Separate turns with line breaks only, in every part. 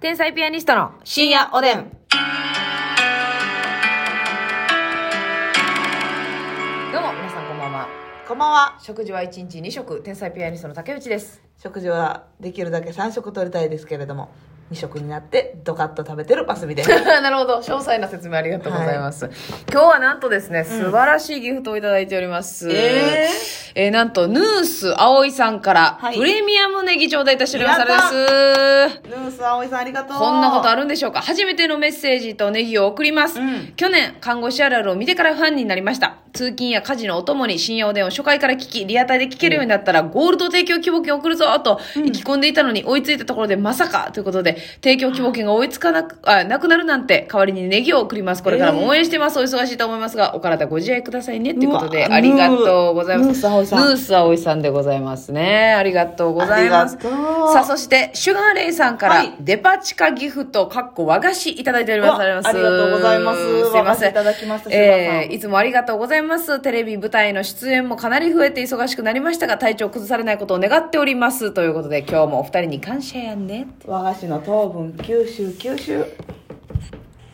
天才ピアニストの深夜おでん。どうも、皆さんこんばんは。
こんばんは。
食事は1日2食、天才ピアニストの竹内です。
食事はできるだけ3食取りたいですけれども、2食になってドカッと食べてるマスミ です。
なるほど。詳細な説明ありがとうございます。今日はなんとですね、素晴らしいギフトをいただいております。
え
えーなんと、ヌース葵さんから、
はい
プレミアムネギ頂戴いたしております。
や
あ
っ
れ
た
です。
ヌース葵さんありがとう。
こんなことあ
る
るんでしょうか初めてのメッセージとネギを送ります、
うん
去年看護師あるあるを見てからファンになりました通勤や家事のお供に深夜おでんを初回から聞きリアタイで聞けるようになったらゴールド提供希望券送るぞと意気込んでいたのに追いついたところでまさかということで提供希望券が追いつかなくあなくなるなんて代わりにネギを送りますこれからも応援してます、お忙しいと思いますがお体ご自愛くださいねということで
うわ
ありがとうございます
ヌース葵さん
ヌース葵さんでございますねありがとうございます
ありがとう
さあそしてシュガーレイさんから、
はい
デパ地下ギフト、かっこ和菓子いただいております。
うわありがとうございます
すいません。
和菓子いただきました
え
柴田さん
ーいつもありがとうございます。テレビ、舞台の出演もかなり増えて忙しくなりましたが、体調崩されないことを願っております。ということで、今日もお二人に感謝やね。
和菓子の糖分吸収吸収。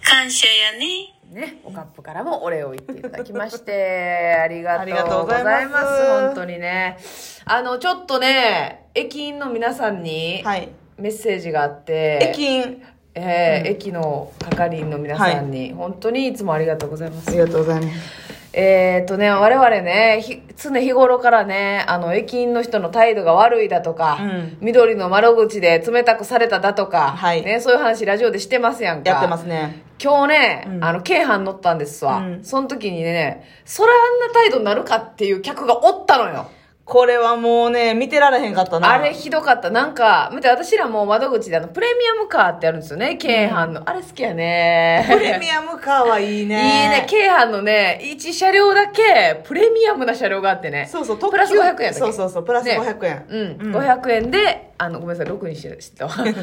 感謝やね。
ね、おカップからもお礼を言っていただきまして、 ありがとうござ
あ
います。
りがとうございます
本当にね。あの、ちょっとね、駅員の皆さんに、
はい。
メッセージがあって。
駅員。
えー駅の係員の皆さんに、本当にいつもありがとうございま
あ
す。
りがとうございます。
えーっとね、我々ね、ひ常日頃からね、あの、駅員の人の態度が悪いだとか、
うん
緑の窓口で冷たくされただとか、
はい
ね、そういう話ラジオでしてますやんか。
やってますね。
今日ね、
うん
あの、京阪乗ったんですわ。
うん
その時にね、そらあんな態度になるかっていう客がおったのよ。
これはもうね、見てられへんかったな。
あれひどかった。なんか、見て、私らもう窓口であの、プレミアムカーってあるんですよね、京阪の。あれ好きやね。
プレミアムカー はい
い
いね。
いね、京阪のね、1車両だけプレミアムな車両があってね。
そうそう、特
プ
急
ラス500円だっけ
そうそうそう、プラス
ね
500円。
うん、
うん
500円で、あの、ごめんなさい、6にして、してた わ。500円で、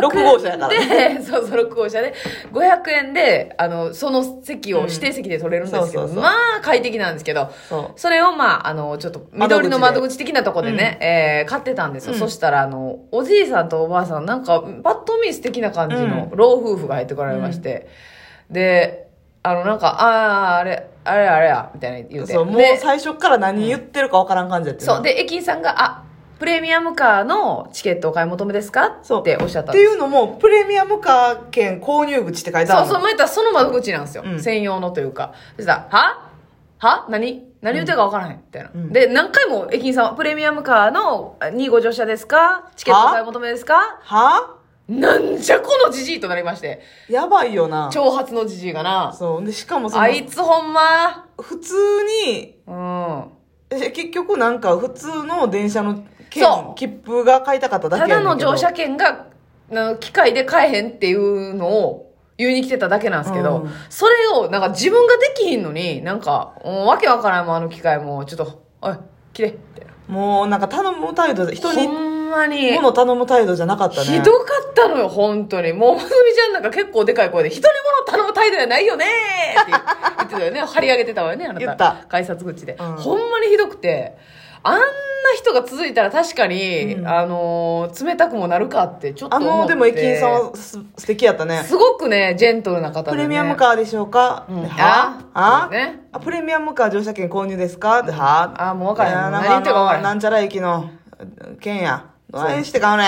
六号車やから
で、 そうそう、6号車で、500円で、あの、その席を
うん
指定席で取れるんですけど、
そうそうそう
まあ、快適なんですけど、
そう
それを、まあ、あの、ちょっと、緑の窓
窓口で
口的なとこでね、えー買ってたんですよ。そしたら、あの、おじいさんとおばあさん、なんか、パッと見素敵な感じの
う
老夫婦が入ってこられまして、で、あの、なんか、ああ、あれ、あれあれや、みたいな言うて。
そう、もう
で
最初から何言ってるかわからん感じやって
そう。で、駅員さんが、あ、プレミアムカーのチケットお買い求めですか
そう
っておっしゃった
っ
ん
て
です。
いうのも、プレミアムカー券購入口って書いて
そ
ある
う
の。
そう、まあ言ったらその窓口なんですよ。
うん
専用のというか。そしたら、はは何何言ってるか分からへん。みたいな。
うん
で、何回も駅員さんは、プレミアムカーのにご乗車ですかチケットお買い求めですか
は
なんじゃこのじじいとなりまして。
やばいよな。
挑発のじじいがな。
そう。で、しかもその
あ、いつほんま。
普通に、
うん。
え結局なんか普通の電車の
そ
券、
う
切符が買いたかっただ
た
け
だ
やねん
の
けど
乗車券が、な機械で買えへんっていうのを言いに来てただけなんですけど、
うん
それを、なんか自分ができひんのに、なんか、うんわけわからんもん、あの機械も、ちょっと、おい、きれい、みたいな。
もうなんか頼む態度で、人に
ほんまに、
物頼む態度じゃなかったね。
ひどかったのよ、本当に。もう、まつみちゃんなんか結構でかい声で、人に物頼む態度じゃないよねーって言ってたよね。張り上げてたわよね、あなた。
言った
改札口で、
うん
ほんまにひどくて、あんな人が続いたら確かに、
うん
あのー冷たくもなるかって、ちょっと
あ
思って。
の、でも駅員さんはす素敵やったね。
すごくね、ジェントルな方で、ね。
プレミアムカーでしょうか、
うん
で
あ
はあ、
ね
あプレミアムカー乗車券購入ですかでは
あもう分からへん
いやなん
何言ってるか分
か
か
あ
らへん
のなんちゃら駅の券や。どないして買うねん。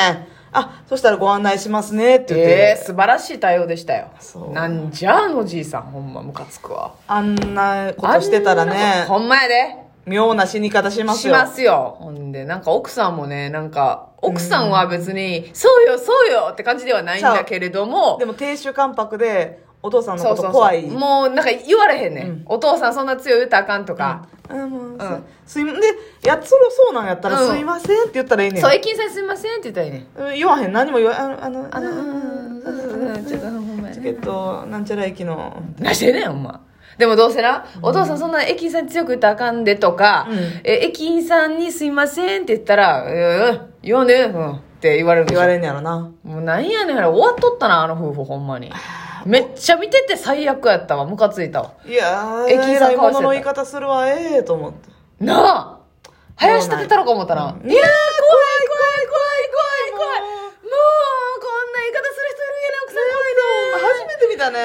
あ、そしたらご案内しますねって言って。
えー、素晴らしい対応でしたよ
そう
なんじゃあのじいさんほんまムカつくわ
あんなことしてたら
あんな
ね
こ、とほんまやで
妙な死に方します
し
よ。
ますよほんでなんか奥さんもねなんか奥さんは別にそうよそうよって感じではないんだけれども
でも亭主関白で、お父さんの
そ
こ
うそ
と
う
怖
そ。
いう
もうなんか言われへんね、
うん
お父さんそんな強い歌あかんとか、
あもう、
ん
すいまで、やつろそうなんやったら、
うん
すいませんって言ったらいいねん
そう。駅員さんすいませんって言ったらいいね
うん言わへん、何も言わあの、あの、
あの
うん
うんちょっとほんまや
チ
ね
ケット、なんちゃら駅の。
なしてんねん、ほんま。でもどうせな、お父さんそんな駅員さんに強く言ったらあかんでとか、
うん
え駅員さんにすいませんって言ったら、うん、言わねえ、うん、って言われるでし
言
ょ
われんねやろな。
もうなんやねん、あれ終わっとったな、あの夫婦ほんまに。めっちゃ見てて最悪やったわ、ムカついたわ。
いやー、
駅員さん
偉い
かわ
も
いそうやった
のの言い方するわ、ええと思って。
なあ林立てたのか思ったな。いやー、怖い怖い怖い怖い怖い怖いもう、こんな言い方する人いる
た
夜
ね。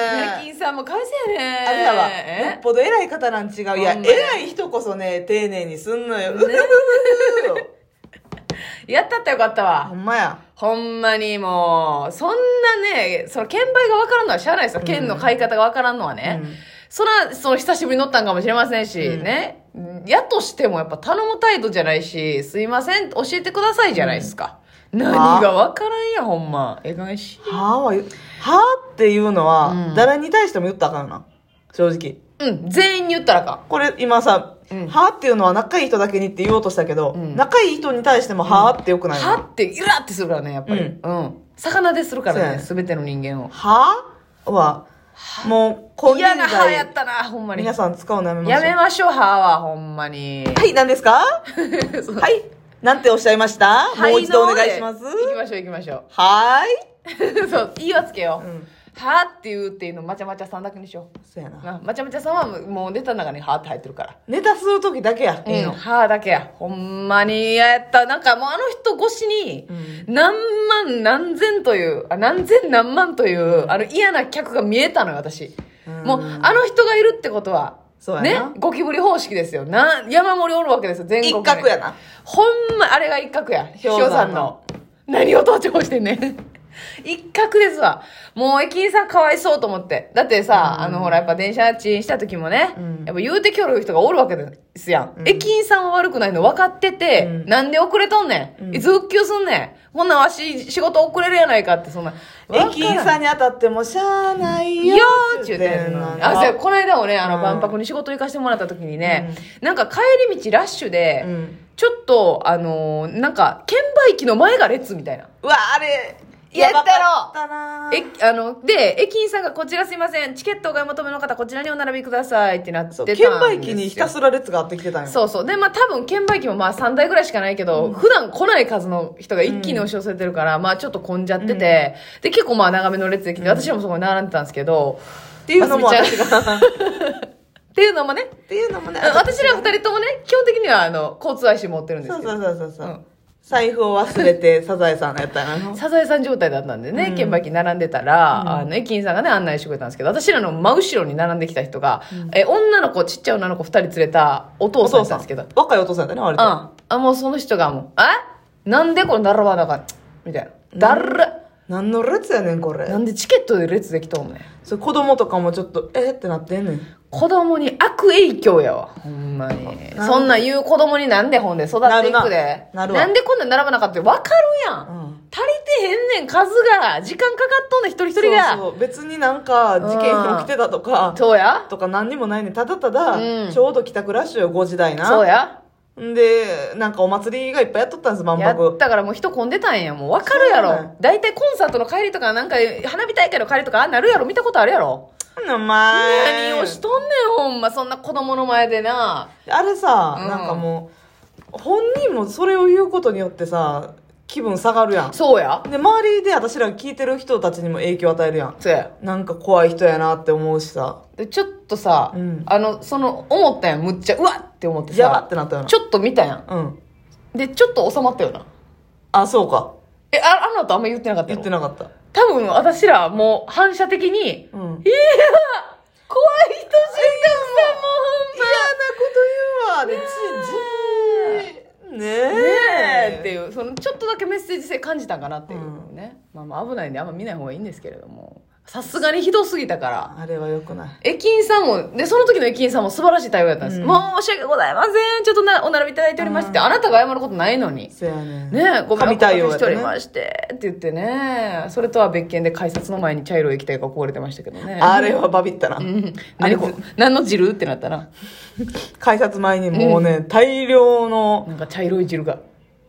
勤さんも返せやね
あれやわ。よ
え
っぽど偉い方なん違う。いや、
ほんまや
偉い人こそね、丁寧にすんのよ。うふふふ
やったったよかった
ほ
わ。
んまや。
ほんまにもう、そんなね、その券売がわからんのはしゃあないですよ。券の買い方がわからんのはね。
うん
そら、その久しぶりに乗ったんかもしれませんし、ね。やとしてもやっぱ頼む態度じゃないし、すいません、教えてくださいじゃないですか。何がわからんや、ほんま。ええかげんし。
はぁは、はぁっていうのは
う、ん
誰に対しても言ったらあかんよな。正直。
うん、全員に言ったらあかん。
これ今さ、
うん
はぁっていうのは仲いい人だけにって言おうとしたけど、
ん
仲いい人に対してもはぁってよくないよな
はって、イラってするからね、やっぱり。うん。魚でするか
そう
ら
や
ね、
ね
すべての人間を。
はぁは、もう、今
嫌
現
な歯や
在
っ、たな、ほんまに。
皆
や
さん使うのやめましょう。
めましょう、歯は、ほんまに。
はい、何ですかは
そう
い。なんておっしゃいましたもう一度お願いします。
行きましょう、行きましょ
は
う。そう、言いはつけよ
ーい。う
う。
ん。
はって言うっていうの、まちゃまちゃさんだけにしよ
そうや
う。
な。
なまちゃまちゃさんはもう出た中にはって入ってるから。
ネタするときだけや。いい
うん、
の。
歯だけや。ほんまに嫌やった。なんかもうあの人越しに
うん、
何万何千という、あ何千何万という、あの嫌な客が見えたのよ、私。
うん
もう、あの人がいるってことは、
そうや
ね
な、
ゴキブリ方式ですよ。な、山盛りおるわけですよ、全国に。
一角やな。
ほんま、あれが一角や。
氷山の
氷山の。何を盗聴してんねん。 一角ですわ。もう駅員さんかわいそうと思って。だってさ、あのほら、やっぱ電車遅延した時もね、
うん
やっぱ言うてきょる人がおるわけですやん。
うん
駅員さんは悪くないの分かってて、
うん
なんで遅れとんねん。
うん
いつ復旧すんねん。こんなんわし仕事遅れるやないかって、そんな。
駅員
わから
さんに当たってもしゃあないよ
よー
っ
ってて言
言
って
ってん
ん
の
の
に
に。あ、そうやこの間もね、あ
う
の、
ん
万博に仕事行かせてもらった時にね、なんか帰り道ラッシュで、
うん
ちょっと、あのーなんか、券売機の前が列みたいな。
うわ、あれ、
やったろ
やばかったな
え、あの、で、駅員さんがこちらすいません、チケットをお買い求めの方、こちらにお並びくださいってなってた
そ
ん
う、
です
券
よ。
売機にひたすら列があってきてたんよ。
そうそう。で、まあ多分、券売機もまあ3台ぐらいしかないけど、普段来ない数の人が一気に押し寄せてるから、まあちょっと混んじゃってて、で、結構まあ長めの列できて、私らもそこに並んでたんですけど、
っていうのも
ます
私
みちゃん
が。っ
っていうのもね、
ていうのもね、
あ私ら二人ともね、基本的にはあの、交通 IC 持ってるんです
そう
けど。
そうそうそうそう、
うん
財布を忘れてサザエさんのやったらな
サザエさん状態だったんでね、券売機並んでたら、あの、駅員さんがね、案内してくれたんですけど、私らの真後ろに並んできた人が、え、女の子、ちっちゃい女の子二人連れたお父
お
さんだっ
父
た
さ
ん
ん
ですけど、うん。
若いお父さんだね割と、
あ、もうその人がもう、えなんでこれ並ばなあかったみたいな。だるっ
何の列やねんこれ
なんでチケットで列できとんねん。
それ子供とかもちょっとえー、ってなってんねん
子供に悪影響やわ。ほんまに。
ど
そんなん言う子供になんでほんで育っていくで。
なるななるわ
んでこんなん並ばなあかったってわかるやん。
うん
足りてへんねん、数が。時間かかっとんねん、一人一人が。
そうそう別になんか事件起きてたとか
そうや
とか何にもないねんただただ、
うん
ちょうど帰宅ラッシュよ5時台な
そうや。
んでなんかお祭りがいっぱいやっとったんです万
やっ
博
たからもう人混んでたんや。もう分かるや
そうなんや
ろ。大体コンサートの帰りとか、なんか花火大会の帰りとか、あなるやろ。見たことあるやろ。
お前
何をしとんねん、ほんま。そんな子供の前でな。
あれさ、
うん
なんかもう本人もそれを言うことによってさ気分下がるやん
そうや。
で周りで私らが聞いてる人たちにも影響与えるやん
そうや。
なんか怖い人やなって思うしさ
でちょっとさ、
うん
あの、その、思ったやん。むっちゃ、うわっって思って
やばっ
さ。
てなったよな
ちょっと見たやん。
うん
で、ちょっと収まったよな。
あそうか
え、あ、あの後あんま言ってなかった
言
よ
って。なかった
多分私らもう反射的に、
うん
いや怖い人しかさ、もうほんま。
嫌なこと言うわでちじね
ねえって
え
いうそのちょっとだけメッセージ性感じたんかなっていう
うん
ね、まあ、まあ危ないんであんま見ない方がいいんですけれどもさすがにひどすぎたから
あれはよくない
駅員さんもでその時の駅員さんも素晴らしい対応やったんです、
うん
申し訳ございませんちょっとなお並びいただいておりまして、ってあなたが謝ることないのに
せやねん
ねえご迷惑
神
を
対応
おかけし
やった
てお
ね
りましてって言ってねそれとは別件で改札の前に茶色い液体がこぼれてましたけどね
あれはバビったな、
うん
あ
何
れ
こ何の汁ってなったな
改札前にもうね、大量の
なんか茶色い汁が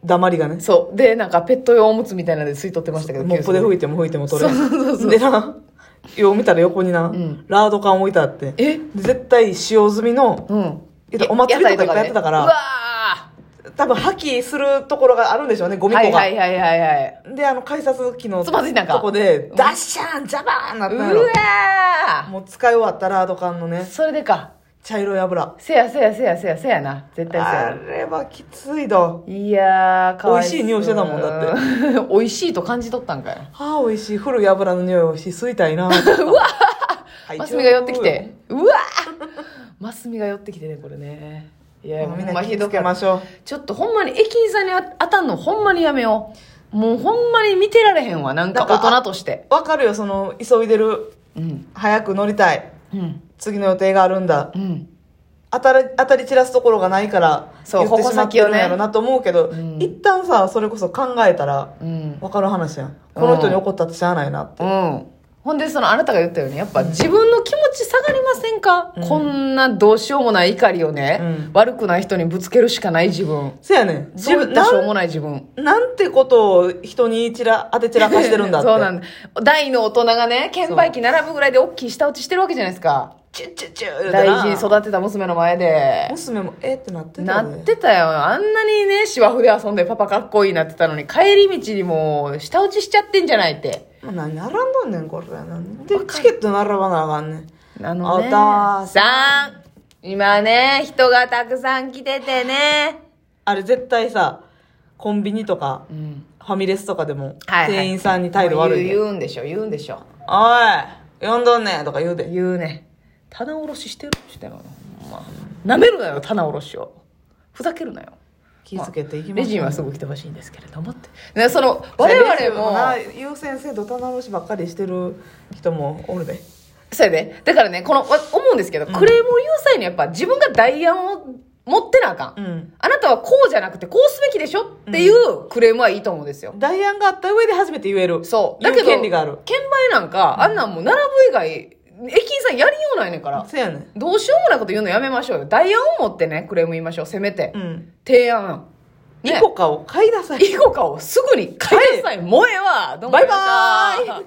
黙りがね
そうでなんかペット用おむつみたいなので吸い取ってましたけど
モップで拭いても拭いても取れん
そうそうそう
でなよう見たら横にな、
ん
ラード缶置いてあって
え
で絶対使用済みの
うん。
言ったらお祭りとかいっぱいやってたから
うわ
多分破棄するところがあるんでしょうね
ー
ゴミ庫
は
が、
いはいはいはいはい。
であの改札機の
つまずいたんか
とこで
うん
ダッシャーンジャバーンなっ
う
たんやろ
わ
もう使い終わったラード缶の
ー
ね
それでか。
茶色い油
せやせやせやせやせやな。絶対せ
あ
や
れはきついだ
な。いやー、かわいそう
美味しい匂いしてたもんだ
って。美味しいと感じ取ったんかよ。
ああ美味しい古い油の匂いをし吸いたいなうわ会
マスミが寄ってきて。うわーマスミが寄ってきてね、これね。いや、
も
ほ
うみん
ん
な
ま
気
ひ
を
ど
つけ
か
ま
った
しょう。
ちょっとほんまに駅員さんにあ当たんのほんまにやめよう。もうほんまに見てられへんわ、なんか
なん
大
か
人として。
わかるよ、その、急いでる。
うん。
早く乗りたい。
うん。
次の予定があるんだ。
うん。
当たり、当たり散らすところがないから、
そう
言ってしまってるんやろなと思うけど、
先をねうん
一旦さ、それこそ考えたら、
うん。
わかる話やん。この人に怒ったってしゃあないなって。
うん。ほんで、その、あなたが言ったように、やっぱ自分の気持ち下がりませんか、
うん
こんなどうしようもない怒りをね、
うん
悪くない人にぶつけるしかない自分。
せやねん。
自分、
な
しょうんもない自分。
なんてことを人にちら、当て散らかしてるんだって。
そうなんだ。大の大人がね、券売機並ぶぐらいで大きい舌打ちしてるわけじゃないですか。
チュッチュッチュッ言うて
大
な
事に育てた娘の前で。
娘も、えーってなって
な
たで
ってたよ。あんなにね、芝生で遊んでパパかっこいいなってたのに、帰り道にもう、舌打ちしちゃってんじゃないって。
まあ、何並んどんねん、これ。なんでチケット並ばなあかんねん。
あのね。
お父
さん。今ね、人がたくさん来ててね。
あれ絶対さ、コンビニとか、
うん。
ファミレスとかでも、
はいはい
店員さんに態度悪いで。
言
おいう
言うんでしょ、言うんでしょ。、
呼んどんねんとか言うで。
言うね。棚卸ししてるしてるの。まあ、舐めるなよ、棚卸しを。ふざけるなよ。
気づけていきま
レ
し
ジン
ょう
はすぐ来てほしいんですけれどもって。ね、その、
じゃあ
我
レジ
々も、
な優先制度棚卸しばっかりしてる人もおるで。
そうやね。だからね、この、わ思うんですけど、クレームを言う際にやっぱ自分が代案を持ってなあかん。
うん。
あなたはこうじゃなくてこうすべきでしょっていうクレームはいいと思うんですよ。
代案があった上で初めて言える。
そう。
言
だけど、
権利がある。
券売なんか、あんなんもう並ぶ以外、駅員さんやりようないねんから。
せやねん。
どうしようもないこと言うのやめましょうよ。代案を持ってね、クレーム言いましょう。せめて。
うん。
提案。ね
イコカを買いなさい。
イコカをすぐに買いなさい。萌えはどうもありがとう
バイバーイ